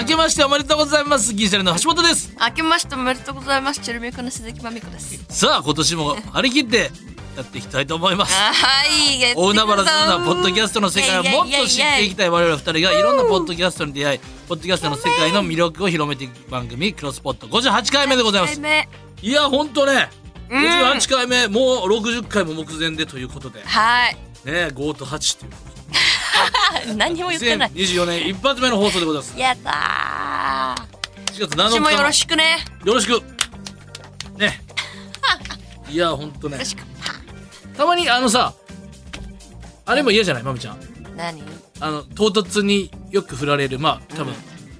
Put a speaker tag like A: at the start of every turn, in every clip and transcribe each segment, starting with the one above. A: 明けましておめでとうございます銀シャリの橋本です
B: 明けましておめでとうございますチェルミコの鈴木まみこです
A: さあ今年も張り切ってやっていきたいと思います
B: はいやってく
A: 大
B: ださい
A: 海原ずなポッドキャストの世界をもっと知っていきたい我々二人がいろんなポッドキャストに出会いポッドキャストの世界の魅力を広めていく番組クロスポット58回目でございま
B: 一
A: す
B: 回目
A: いやほんとね
B: ん
A: 58回目もう60回も目前でということで
B: はい
A: ね5と8という
B: あ何も言ってない
A: 2024年一発目の放送でございます
B: やったー
A: 4月7
B: 私
A: 日
B: もよろしくね
A: よろしく ねいやほんとね
B: よろしく
A: たまにあのさあれも嫌じゃないまみちゃん
B: 何
A: あの唐突によく振られるまあ多分、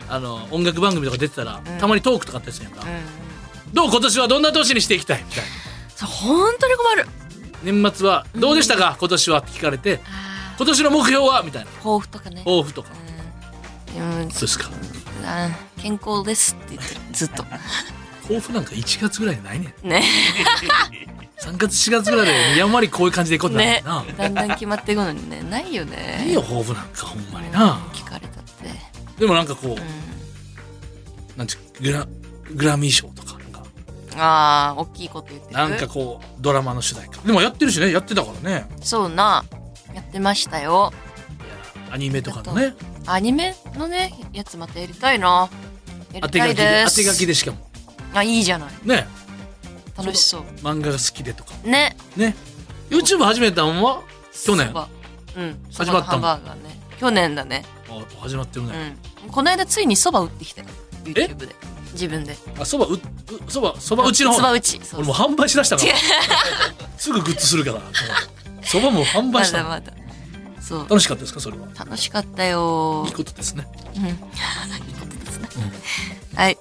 A: あの音楽番組とか出てたら、たまにトークとかあったりするやんか、どう今年はどんな年にしていきたいみたい
B: そう本当に困る
A: な年末はどうでしたか、今年はって聞かれて
B: あ
A: 今年の目標はみたいな
B: ー抱負とかね
A: 抱負とか
B: うん
A: そうですか
B: あー健康ですって言ってるずっと
A: 抱負なんか1月ぐらいにないねん
B: ね
A: 3月4月ぐらいでやんわりこういう感じでいこうってなる
B: ね
A: もんな、
B: だんだん決まっていくのにねないよね
A: いいよ抱負なんかほんまにな
B: 聞かれたって
A: でもなんかこう、なんちゅうグラグラミー賞とかなんか
B: ああ大きいこと言ってる
A: なんかこうドラマの主題歌でもやってるしねやってたからね
B: そうなやってましたよ
A: アニメとかのね
B: アニメのねやつまたやりたいなや
A: 当
B: り
A: て
B: た
A: 書
B: い
A: きで
B: です
A: 当て書きでしかも
B: あいいじゃない
A: ね
B: 楽しそう
A: 漫画が好きでとか
B: ね
A: ね YouTube 始めたのは去年
B: そ
A: あ
B: ばうん
A: 始まったの
B: そばのハンバーガーね去年だね
A: 始まってるね、
B: うんこの間ついにそば打ってきたよ YouTube で自分で
A: あそばううそばそばうちの
B: そば
A: 方
B: 打ちそう
A: 俺もう販売しだしたからすぐグッズするからそばも販売
B: ま
A: した
B: だ
A: の
B: まだそう
A: 楽しかったですかそれは
B: 楽しかったよ
A: いいことですね
B: はい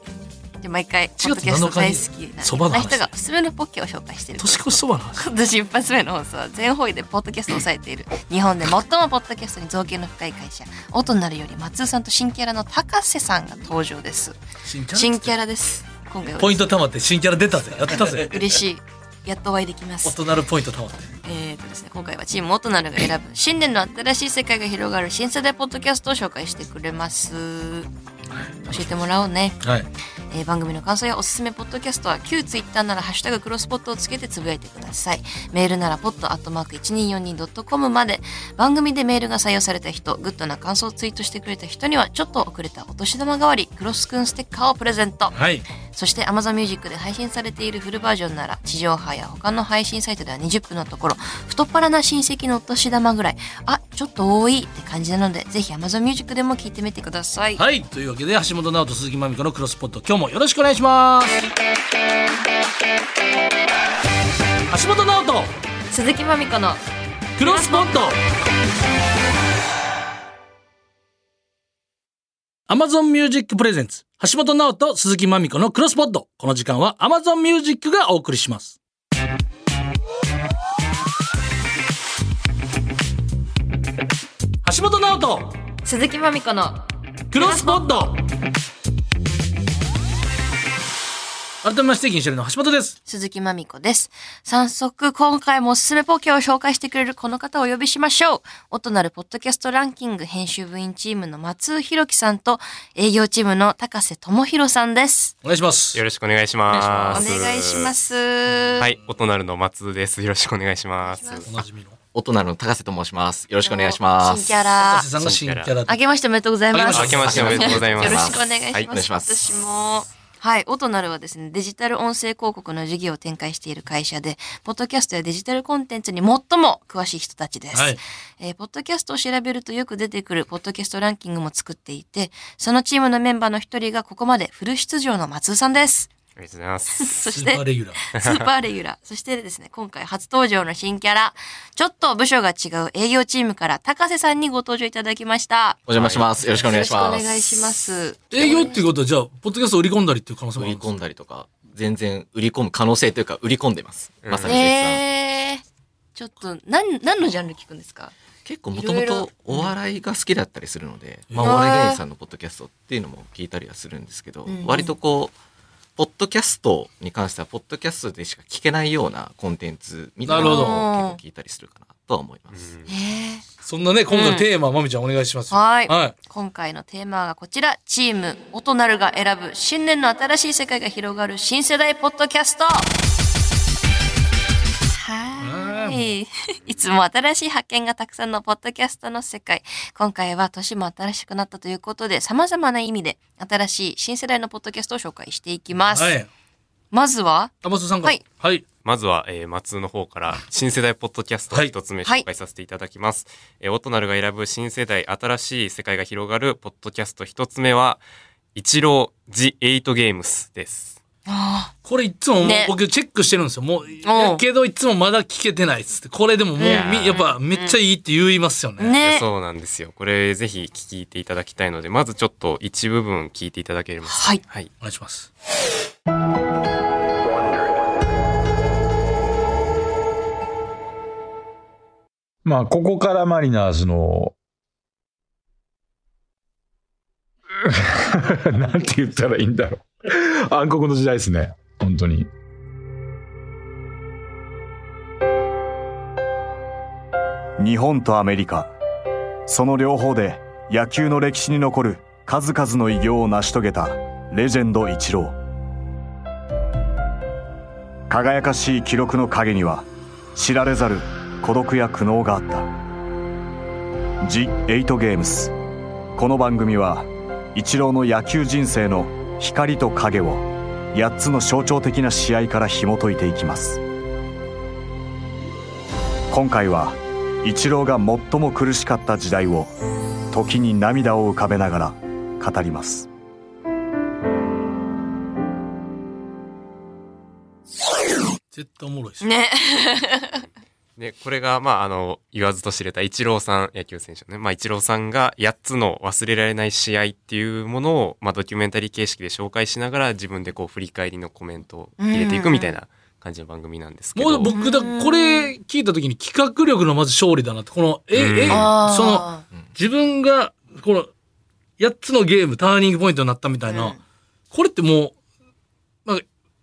B: じゃあ毎回ポッドキャスト大好きな
A: 7日にそばの話
B: 人がおすすめのポッケを紹介してる
A: 年越しそばの話
B: 今年一発目の放送は全方位でポッドキャストを抑えている日本で最もポッドキャストに造形の深い会社音になるより松尾さんと新キャラの高瀬さんが登場です
A: 新キ
B: 新キャラです今回は
A: ポイント貯まって新キャラ出たぜやった ぜ
B: 嬉しいやっとお会いできま
A: 大
B: す
A: 人のポイント貯まって
B: えーとですね今回はチーム音なるが選ぶ 新年の新しい世界が広がる新世代ポッドキャストを紹介してくれます教えてもらおうね
A: はい
B: えー番組の感想やおすすめポッドキャストは旧ツイッターなら「ハッシュタグクロスポット」をつけてつぶやいてくださいメールならポットアットマーク 1242.com まで番組でメールが採用された人グッドな感想をツイートしてくれた人にはちょっと遅れたお年玉代わりクロスくんステッカーをプレゼント
A: はい
B: そして Amazon Music で配信されているフルバージョンなら地上波や他の配信サイトでは20分のところ太っ腹な親戚のお年玉ぐらいあちょっと多いって感じなのでぜひ Amazon Music でも聞いてみてください
A: はいというわけで橋本直人鈴木まみこのクロスポット今日もよろしくお願いします橋本直人
B: 鈴木まみこの
A: クロスポット Amazon Music Presents 橋本直人鈴木まみこのクロスポットこの時間は Amazon Music がお送りします橋本直人
B: 鈴木まみこの
A: クロスポット改めまして銀シャリの橋本です
B: 鈴木まみこです。早速、今回もおすすめポケを紹介してくれるこの方をお呼びしましょう。音なるポッドキャストランキング編集部員チームの松尾弘樹さんと営業チームの高瀬智弘さんです。
A: お願いします
C: よろしくお願いし
B: お
C: ます。
B: 願いしま。す。。
C: はいい、音なるの松です。よろしくお願いします。
A: おなじみの
D: 音なるの高瀬と申します。よろしくお願いします。
B: 新キャラ
A: 瀬。さんが新キャラ
B: あ
A: で
B: けましておめでとうございます。
C: 明けましておめでとうございま
B: よ
C: す。
B: ろしくお願いします。
C: は
D: お願いします
B: 私も。はい。音なるはですね、デジタル音声広告の事業を展開している会社で、ポッドキャストやデジタルコンテンツに最も詳しい人たちです。
A: はい
B: えーポッドキャストを調べるとよく出てくるポッドキャストランキングも作っていて、そのチームのメンバーの一人がここまでフル出場の松尾さんです。
C: ありがとうございます。
B: そ
A: ス
B: し
A: ー
B: て
A: パー、レギュラー
B: スーパーレギュラー。そしてですね、今回初登場の新キャラ、ちょっと部署が違う営業チームから高瀬さんにご登場いただきました。
D: お邪魔します。よろしくお
B: よろ
D: 願い
B: し
D: し
B: くお
D: ます。
B: 願いします。
A: 営業っていうことはじゃあポッドキャスト売り込んだりっていう可能性も
D: 売
A: ある
D: り
A: んですか
D: 込んだりとか、全然売り込む可能性というか、売り込んでます。まさに、
B: ええー、ちょっと、なん、何のジャンル聞くんですか
D: 結構もとも
B: いろいろ
D: とお笑いが好きだったりするので、まあ、
B: へ
D: お
B: ー
D: 笑い芸人さんのポッドキャストっていうのも聞いたりはするんですけど、
B: うんうん
D: 割とこうポッドキャストに関してはポッドキャストでしか聞けないようなコンテンツみたいなのを
A: なる
B: ほど
D: 結構聞いたりするかなとは思います。
B: えー
A: そんなね、今回のテーマ、まみちゃんお願いしますよ。
B: はい
A: はい。
B: 今回のテーマがこちら、チーム、オトナルが選ぶ新年の新しい世界が広がる新世代ポッドキャスト。はーい。 いつも新しい発見がたくさんのポッドキャストの世界。今回は年も新しくなったということで、様々な意味で新しい新世代のポッドキャストを紹介していきます。
A: はい。
B: まずは、
A: あ、松尾さんから。
B: はい。
A: はい。
C: まずは、えー、松の方から新世代ポッドキャスト
A: はい
C: 一つ目
B: はい
C: 紹介させていただきます。えー、オトナルが選ぶ新世代新しい世界が広がるポッドキャスト一つ目は、イチロー・ジ・エイト・ゲームスです。
B: あ
A: これいつももう
B: ね
A: 僕チェックしてるんですよ。もう、
B: おう
A: けどいつもまだ聞けてないっつって。これでももうみ、
C: やー
A: やっぱめっちゃいいって言いますよね。
B: ーね。
C: そうなんですよ。これぜひ聞いていただきたいので、まずちょっと一部分聞いていただければ。
B: はい
C: はい。
A: お願いします。
E: まあ、ここからマリナーズの、 なんて言ったらいいんだろう。暗黒の時代ですね。本当に。
F: 日本とアメリカその両方で野球の歴史に残る数々の偉業を成し遂げたレジェンドイチロー輝かしい記録の陰には知られざる孤独や苦悩があった「ジ・エイト・ゲームス」この番組はイチローの野球人生の光と影を8つの象徴的な試合から紐解いていきます今回はイチローが最も苦しかった時代を時に涙を浮かべながら語ります
A: 絶対おもろいですよ。
B: ね。
C: で、これが、まあ、あの、言わずと知れたイチローさん、野球選手のね、まあ、イチローさんが8つの忘れられない試合っていうものを、まあ、ドキュメンタリー形式で紹介しながら、自分でこう、振り返りのコメントを入れていくみたいな感じの番組なんですけ
A: も
C: ど。
A: う僕だ、これ聞いた時に企画力のまず勝利だなって。この、え、え、
B: あー
A: その、自分が、この、8つのゲーム、ターニングポイントになったみたいな、
B: うん
A: これってもう、まあ、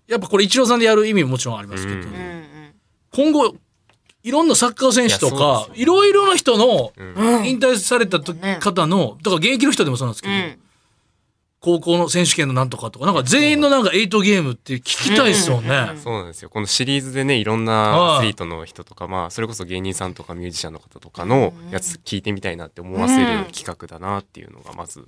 A: やっぱこれ、イチローさんでやる意味ももちろんありますけど、
C: うん
B: うん
A: 今後、いろんなサッカー選手と
C: いや
A: か
C: そう、ですよ
A: いろいろな人の、
B: うん。うん。
A: 引退されたと
B: ね
A: 方の、だから現役の人でもそうなんですけ
B: う
A: ど、
B: ん。
A: 高校の選手権のなんとかとか、なんか全員のなんかエイトゲームって聞きたいですよね。
C: そうなんですよ。このシリーズでね、いろんなアスリートの人とか、まあ、それこそ芸人さんとかミュージシャンの方とかのやつ聞いてみたいなって思わせる企画だなっていうのが、まず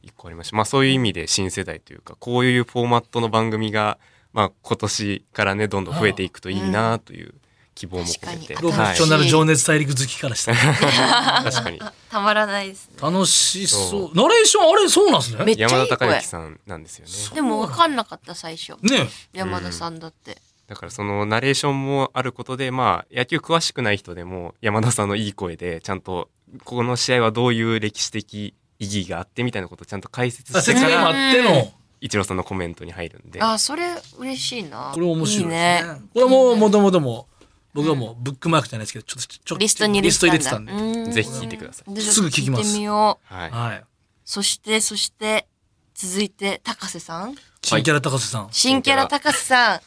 C: 一個ありました。まあ、そういう意味で新世代というか、こういうフォーマットの番組が、まあ、今年からね、どんどん増えていくといいなという希望も込めて。
B: うん
A: プロフェ
C: は
A: ッ
C: い
A: ショナル情熱大陸好きからしたら。
C: 確かに。
B: たまらないですね。
A: 楽しそう
C: そ。
A: ナレーション、あれ、そうなんですね。
B: めっちゃいい声
C: 山田孝之さんなんですよね。
B: でも分かんなかった最初。
A: ね
B: 山田さんだって。
C: だからそのナレーションもあることで、まあ野球詳しくない人でも山田さんのいい声でちゃんとこの試合はどういう歴史的意義があってみたいなことをちゃんと解説
A: あ
C: して
A: 説
C: か
A: 明もあ
C: ら
A: っての。
C: イチローさんのコメントに入るんで。
B: あー、それ嬉しいな。
A: これ面白いですね。
B: いいね。
A: これも、もともとも、僕はもうブックマークじゃないですけど、ちょっと、ちょっと、
B: リストに
A: リスト入れてた
B: た
A: ん
B: ん
A: で
B: だ。。うん
C: ぜひ聞いてください。
B: でじゃあ
A: すぐ聞きます
B: 聞いてみよう。
C: はい。
A: はい。
B: そして、そして、続いて、高瀬さん。
A: 新キャラ高瀬さん。
B: 新キャラ高瀬さん。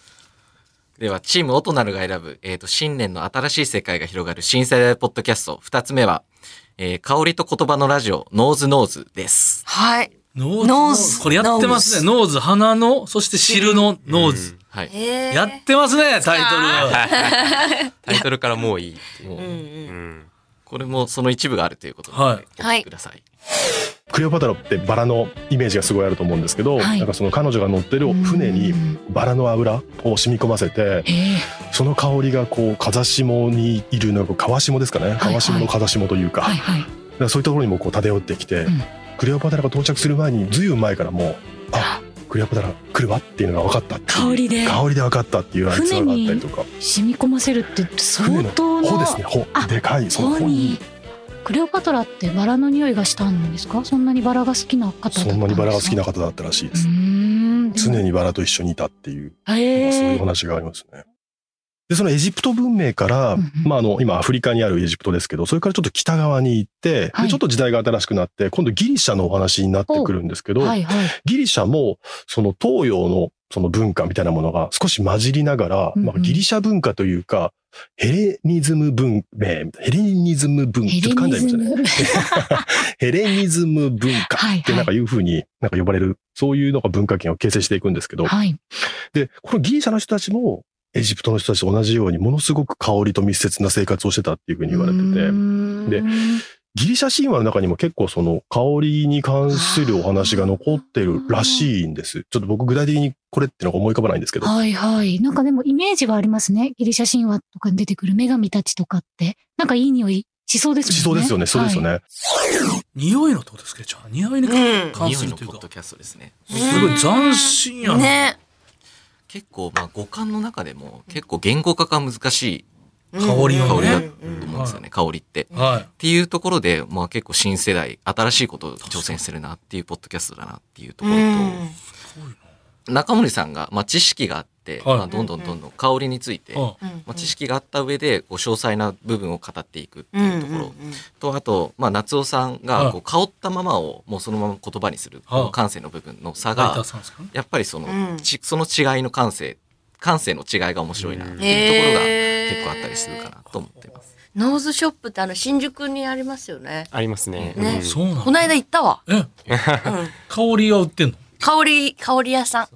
D: では、チームオトナルが選ぶ、えっ、と、新年の新しい世界が広がる新世代ポッドキャスト、二つ目は、えー、香りと言葉のラジオ、ノーズノーズです。
B: はい。
A: ノ
B: ノーズ
A: これやってますね。ノーズ、鼻の、そして汁のノーズ。
D: はい。
B: えー、
A: やってますね、タイトル。
C: タイトルからもういいっていう。
D: もう
C: うん。
D: これもその一部があるということで、
A: はい
D: お聞きください。
G: クレオパトラってバラのイメージがすごいあると思うんですけど、
B: はい
G: なんかその彼女が乗ってる船にバラの油を染み込ませて、その香りがこう風下にいるのが川下ですかね川下の風下というか,、だからそういうところにもこう漂ってきて、クレオパトラが到着する前にずいぶん前からもうあクレオパトラ来るわっていうのが分かったっていう
H: 香りで
G: 香りで分かったっていうあいつらがあったりとか
H: 染み込ませるって相
G: の
H: 当な
G: 帆ですね
H: あ
G: 帆でかいその
H: 帆
G: 帆
H: に
G: に
H: クレオパトラってバラの匂いがしたんですかそんなにバラが好きな方だったんですか
G: そんなにバラが好きな
H: う
G: 方だったらしいです
H: ーん
G: 常にバラと一緒にいたっていう
H: へ
G: そういう
H: え
G: 話がありますね。で、そのエジプト文明から、
H: うんうん
G: まあ、あの、今アフリカにあるエジプトですけど、それからちょっと北側に行って、で
H: はい
G: ちょっと時代が新しくなって、今度ギリシャのお話になってくるんですけど、
H: はいはい。
G: ギリシャもその東洋のその文化みたいなものが少し混じりながら、
H: うんうん
G: まあ、ギリシャ文化というか、ヘレニズム文明、ヘレニズム文、ちょっと噛んじゃいましたね。
H: ム。
G: ヘレニズム文化
H: はい
G: ってなんかいうふうになんか呼ばれる、そういうのが文化圏を形成していくんですけど、
H: はい。
G: で、このギリシャの人たちも、エジプトの人たちと同じようにものすごく香りと密接な生活をしてたっていうふうに言われてて、で
H: て
G: ギリシャ神話の中にも結構その香りに関するお話が残ってるらしいんです。ちょっと僕具体的にこれってのが思い浮かばないんですけど。
H: はいはい。なんかでもイメージはありますね。ギリシャ神話とかに出てくる女神たちとかって、なんかいい匂いしそうですもんね。
G: しそうですよね、そうですよ
H: はい。
G: ね。
A: 匂いのとこですけど、じゃあ匂いに
B: うん
A: 関す
D: 匂い
A: る
D: の
A: という
D: ポッ
A: か
D: ド。キャストですね。
A: すごい斬新やな。
B: ね。
D: 結構、まあ、五感の中でも結構言語化が難しい
B: 香
A: 香り
D: 香
A: の
D: りだ
A: ね
D: と。思うんですよね、香りって。っ
A: は
D: ていうところで、まあ結構新世代、新しいことを挑戦してるなっていうポッドキャストだなっていうと
B: う
D: ころ
B: ん
D: と、中森さんが、まあ知識があって、
A: はい
D: まあどんどんどんどん香りについて、
A: い。うん
B: うん
D: まあ、知識があった上で、こう詳細な部分を語っていくっていうところ、
B: うんうんうん
D: と、あと、まあ夏尾さん
A: は
D: が、
A: い
D: こう香ったままをもうそのまま言葉にする、この感性の部分の差
A: ライター
D: が、
A: さんですかね。
D: やっぱりその、
B: うん
D: ちその違いの感性、感性の違いが面白いなっていうところが結構あったりするかなと思ってます。
B: ノーズショップってあの新宿にありますよね。
C: ありますね。
B: ね
C: うん
A: そうな
B: こ
A: の
B: の間行ったわ。
A: え、
B: うん
A: 香りは売ってんの
B: 香り、香り屋さん。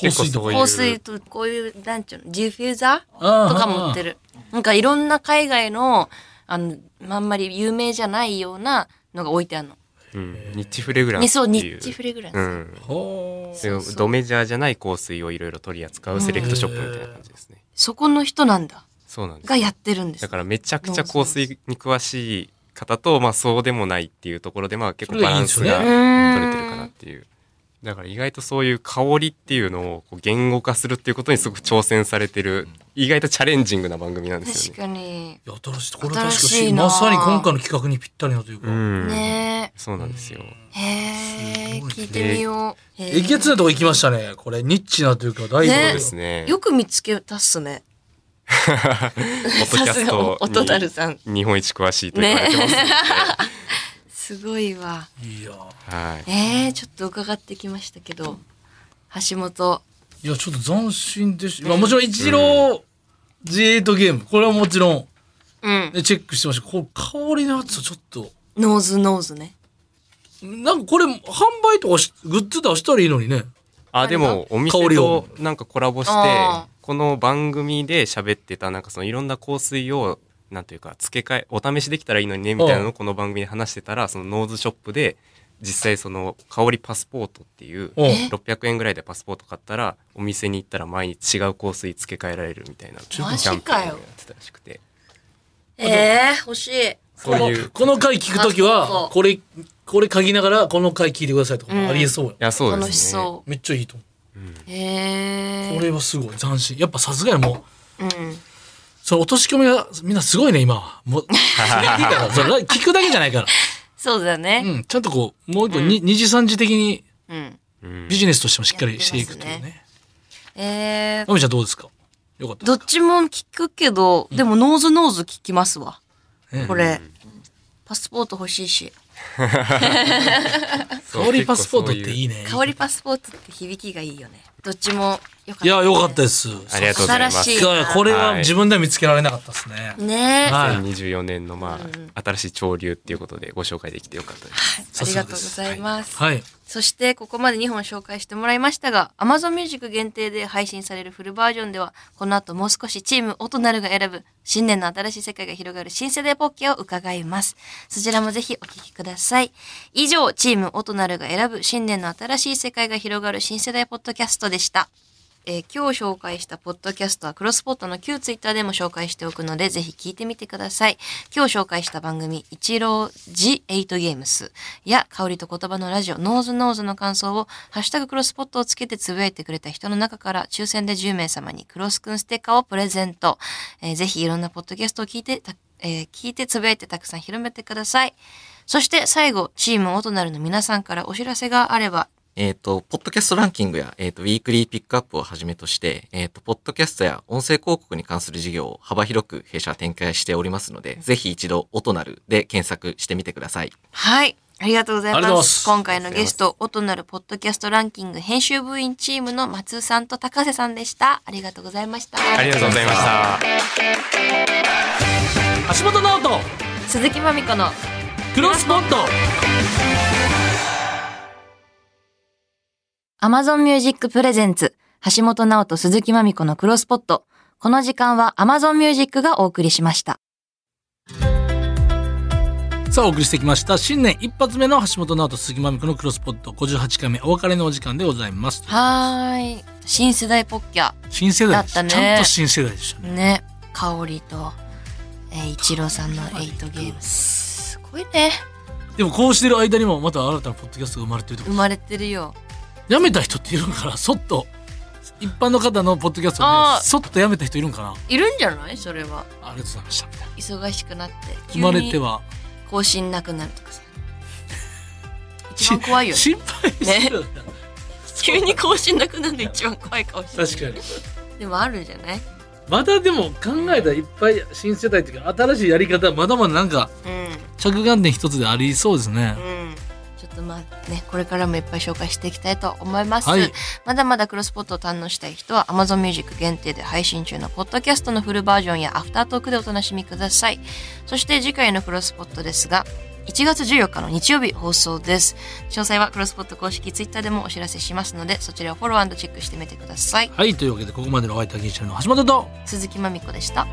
A: 香水とか。
C: こういう
B: 香水とこういう、なんちゅうの、ディフューザ
A: あ
B: ー
A: ー
B: とかも売ってる。なんかいろんな海外の、あの、あんまり有名じゃないようなのが置いてあるの。
C: うんニッチフレグラン
B: ね、
C: スっ
B: そう、
C: て
B: ニ
C: いう。
B: ッチフレグランス。
C: うん。
A: ほー
C: そういうドメジャーじゃない香水をいろいろ取り扱うセレクトショップみたいな感じですね。
B: そこの人なんだ。
C: そうなんです
B: が。やってるんです。
C: だからめちゃくちゃ香水に詳しい方と、まあそうでもないっていうところで、まあ結構バランス
A: そ
C: が
A: れ
C: 取
A: が
C: れてるかなっていう。だから意外とそういう香りっていうのをこう言語化するっていうことにすごく挑戦されてる、意外とチャレンジングな番組なんですよ
B: 確
C: ね。
B: かに。
A: いや新しい。これは確か
B: 新しい
A: し、
B: な
A: まさに今回の企画にぴったりなというか。
C: うん。
B: ね
C: そうなんですよ。
B: え。へえ、
A: すごいね
B: 聞いてみよう。へー
A: えげつないとこ行きましたね。これ、ニッチなというか、大丈
C: そう
A: 夫
C: で
A: ですすね。
C: ね。
B: よく見つけたっすね。
C: ポッドキ
B: さ
C: ャ
B: す
C: ス
B: が、
C: ト
B: おとたるさん。
C: に日本一詳しいと言われてますので、
B: すごいわ。
A: いや、
C: はい。
B: えー、ちょっと伺ってきましたけど、橋本。
A: いや、ちょっと斬新でし、まあ、もちろん、一郎 G8 ゲーム、これはもちろん、
B: うん。
A: ね、チェックしてました。これ、香りのやつはちょっと、
B: ノーズノーズね。
A: なんかこれ、販売とかし、グッズ出したらいいのにね。
C: あ、でも、お店
A: 香り
C: と
A: を
C: なんかコラボして
B: あー、
C: この番組で喋ってた、なんかそのいろんな香水を、なんというか、付け替え、お試しできたらいいのにね、みたいなのをこの番組で話してたら、そのノーズショップで、実際その香りパスポートっていう、
A: うん。
C: 600円ぐらいでパスポート買ったら、お店に行ったら毎日違う香水付け替えられるみたいな、キ
B: マジ
C: ャンペ
B: か
C: ーンを
B: よ
C: やってたらしくて。
B: えー、欲しい。
C: そういう。い
A: この回聞くとき
B: あそうそ
A: は
B: う、
A: これ、これ嗅ぎながら、この回聞いてくださいとか
B: うん
A: もありえそうや。
C: や、そうですね。
B: 楽しそ
A: めっちゃいいと思
B: う。
A: う。
B: へ
A: こ
B: え
A: れはすごい、斬新。やっぱさすがや、もう。
B: うん。
A: その落とし込みがみんなすごいね、今は。もう、それ聞くだけじゃないから。
B: そうだね。
A: うん、ちゃんとこう、もう一個、に二次三次的に
B: うん。
C: うん
A: ビジネスとしてもしっかりしていくというね。
B: えー、
A: ナミちゃんどうですかよかったで
B: ど
A: す
B: っ
A: か
B: ちも聞くけど、でもノーズノーズ聞きますわ。これ。パスポート欲しいし。
C: そう
A: 香りパスポートっ
C: 結
A: て
C: 構そういう
A: いいね。
B: 香りパスポートって響きがいいよね。どっちもよかった、
A: いや、よかったです。
C: ありがとうございます。
B: 新し
A: いやいやこれは自分では見つけられなかったですね。
B: ねえ。
A: はい
C: 2024年のまあ新しい潮流っていうことでご紹介できてよかったです。
B: ありがとうございます。
A: はい。
B: そしてここまで2本紹介してもらいましたが Amazon Music 限定で配信されるフルバージョンではこの後もう少しチーム音なるが選ぶ新年の新しい世界が広がる新世代ポッケを伺いますそちらもぜひお聴きください以上チーム音なるが選ぶ新年の新しい世界が広がる新世代ポッドキャストでしたえー今日紹介したポッドキャストはクロスポットの旧ツイッターでも紹介しておくので、ぜひ聞いてみてください。今日紹介した番組、イチロー G8 ゲームスや、香りと言葉のラジオ、ノーズノーズの感想を、ハッシュタグクロスポットをつけてつぶやいてくれた人の中から、抽選で10名様にクロスくんステッカーをプレゼント。えーぜひいろんなポッドキャストを聞いてた、えー聞いてつぶやいてたくさん広めてください。そして最後、チームオトナルの皆さんからお知らせがあれば、
D: えっ、と、ポッドキャストランキングや、えっ、と、ウィークリーピックアップをはじめとして、えっ、と、ポッドキャストや音声広告に関する事業を幅広く弊社は展開しておりますので、ぜひ一度、音なるで検索してみてください。
B: はい。ありがとうござい
A: あ
B: ま
A: り
B: す。
A: がとうございます
B: 今回のゲスト、音なるポッドキャストランキング編集部員チームの松尾さんと高瀬さんでした。ありがとうございました。
C: ありがとうございました。
A: 橋本直人
B: 鈴木まみこの
A: クロスポット
B: Amazon Music Presents 橋本直人鈴木まみこのクロスポット。この時間は Amazon Music がお送りしました。
A: さあお送りしてきました新年一発目の橋本直人鈴木まみこのクロスポット58回目お別れのお時間でございます
B: はーい。新世代ポッキャ。
A: 新世代でし
B: だ
A: た
B: ったね
A: ちゃんと新世代でしたね
B: ね。香りと、えー、一郎さんのエイトゲーム。すごいね。
A: でもこうしてる間にもまた新たなポッドキャストが生まれてるってこ
B: 生まれてるよ。
A: とやめた人っているのからそっと一般の方のポッドキャスト
B: あ
A: を
B: ー
A: ねそっとやめた人いるんかない
B: るんじゃないそれは。
A: ありがとうございましたみたいな
B: 忙しくなって。
A: 生まれては
B: 更新なくなるとかさ。一番怖いよね。
A: 心配 してるんだ、
B: 急に更新なくなるの一番怖いかもしれない。
A: 確かに
B: でもあるんじゃない
A: まだでも考えたらいっぱい新世代っていうか新しいやり方まだまだなんか
B: う
A: 着眼点一つでありそうですね
B: ん。うん。ちょっとまあね、これからもいっぱい紹介していきたいと思います。
A: はい
B: まだまだクロスポットを堪能したい人は Amazon Music 限定で配信中のポッドキャストのフルバージョンやアフタートークでお楽しみください。そして次回のクロスポットですが、1月14日の日曜日放送です。詳細はクロスポット公式 Twitter でもお知らせしますので、そちらをフォローチェックしてみてください。
A: はいというわけでここまでのお相手は銀シャリの橋本と
B: 鈴木まみこでした。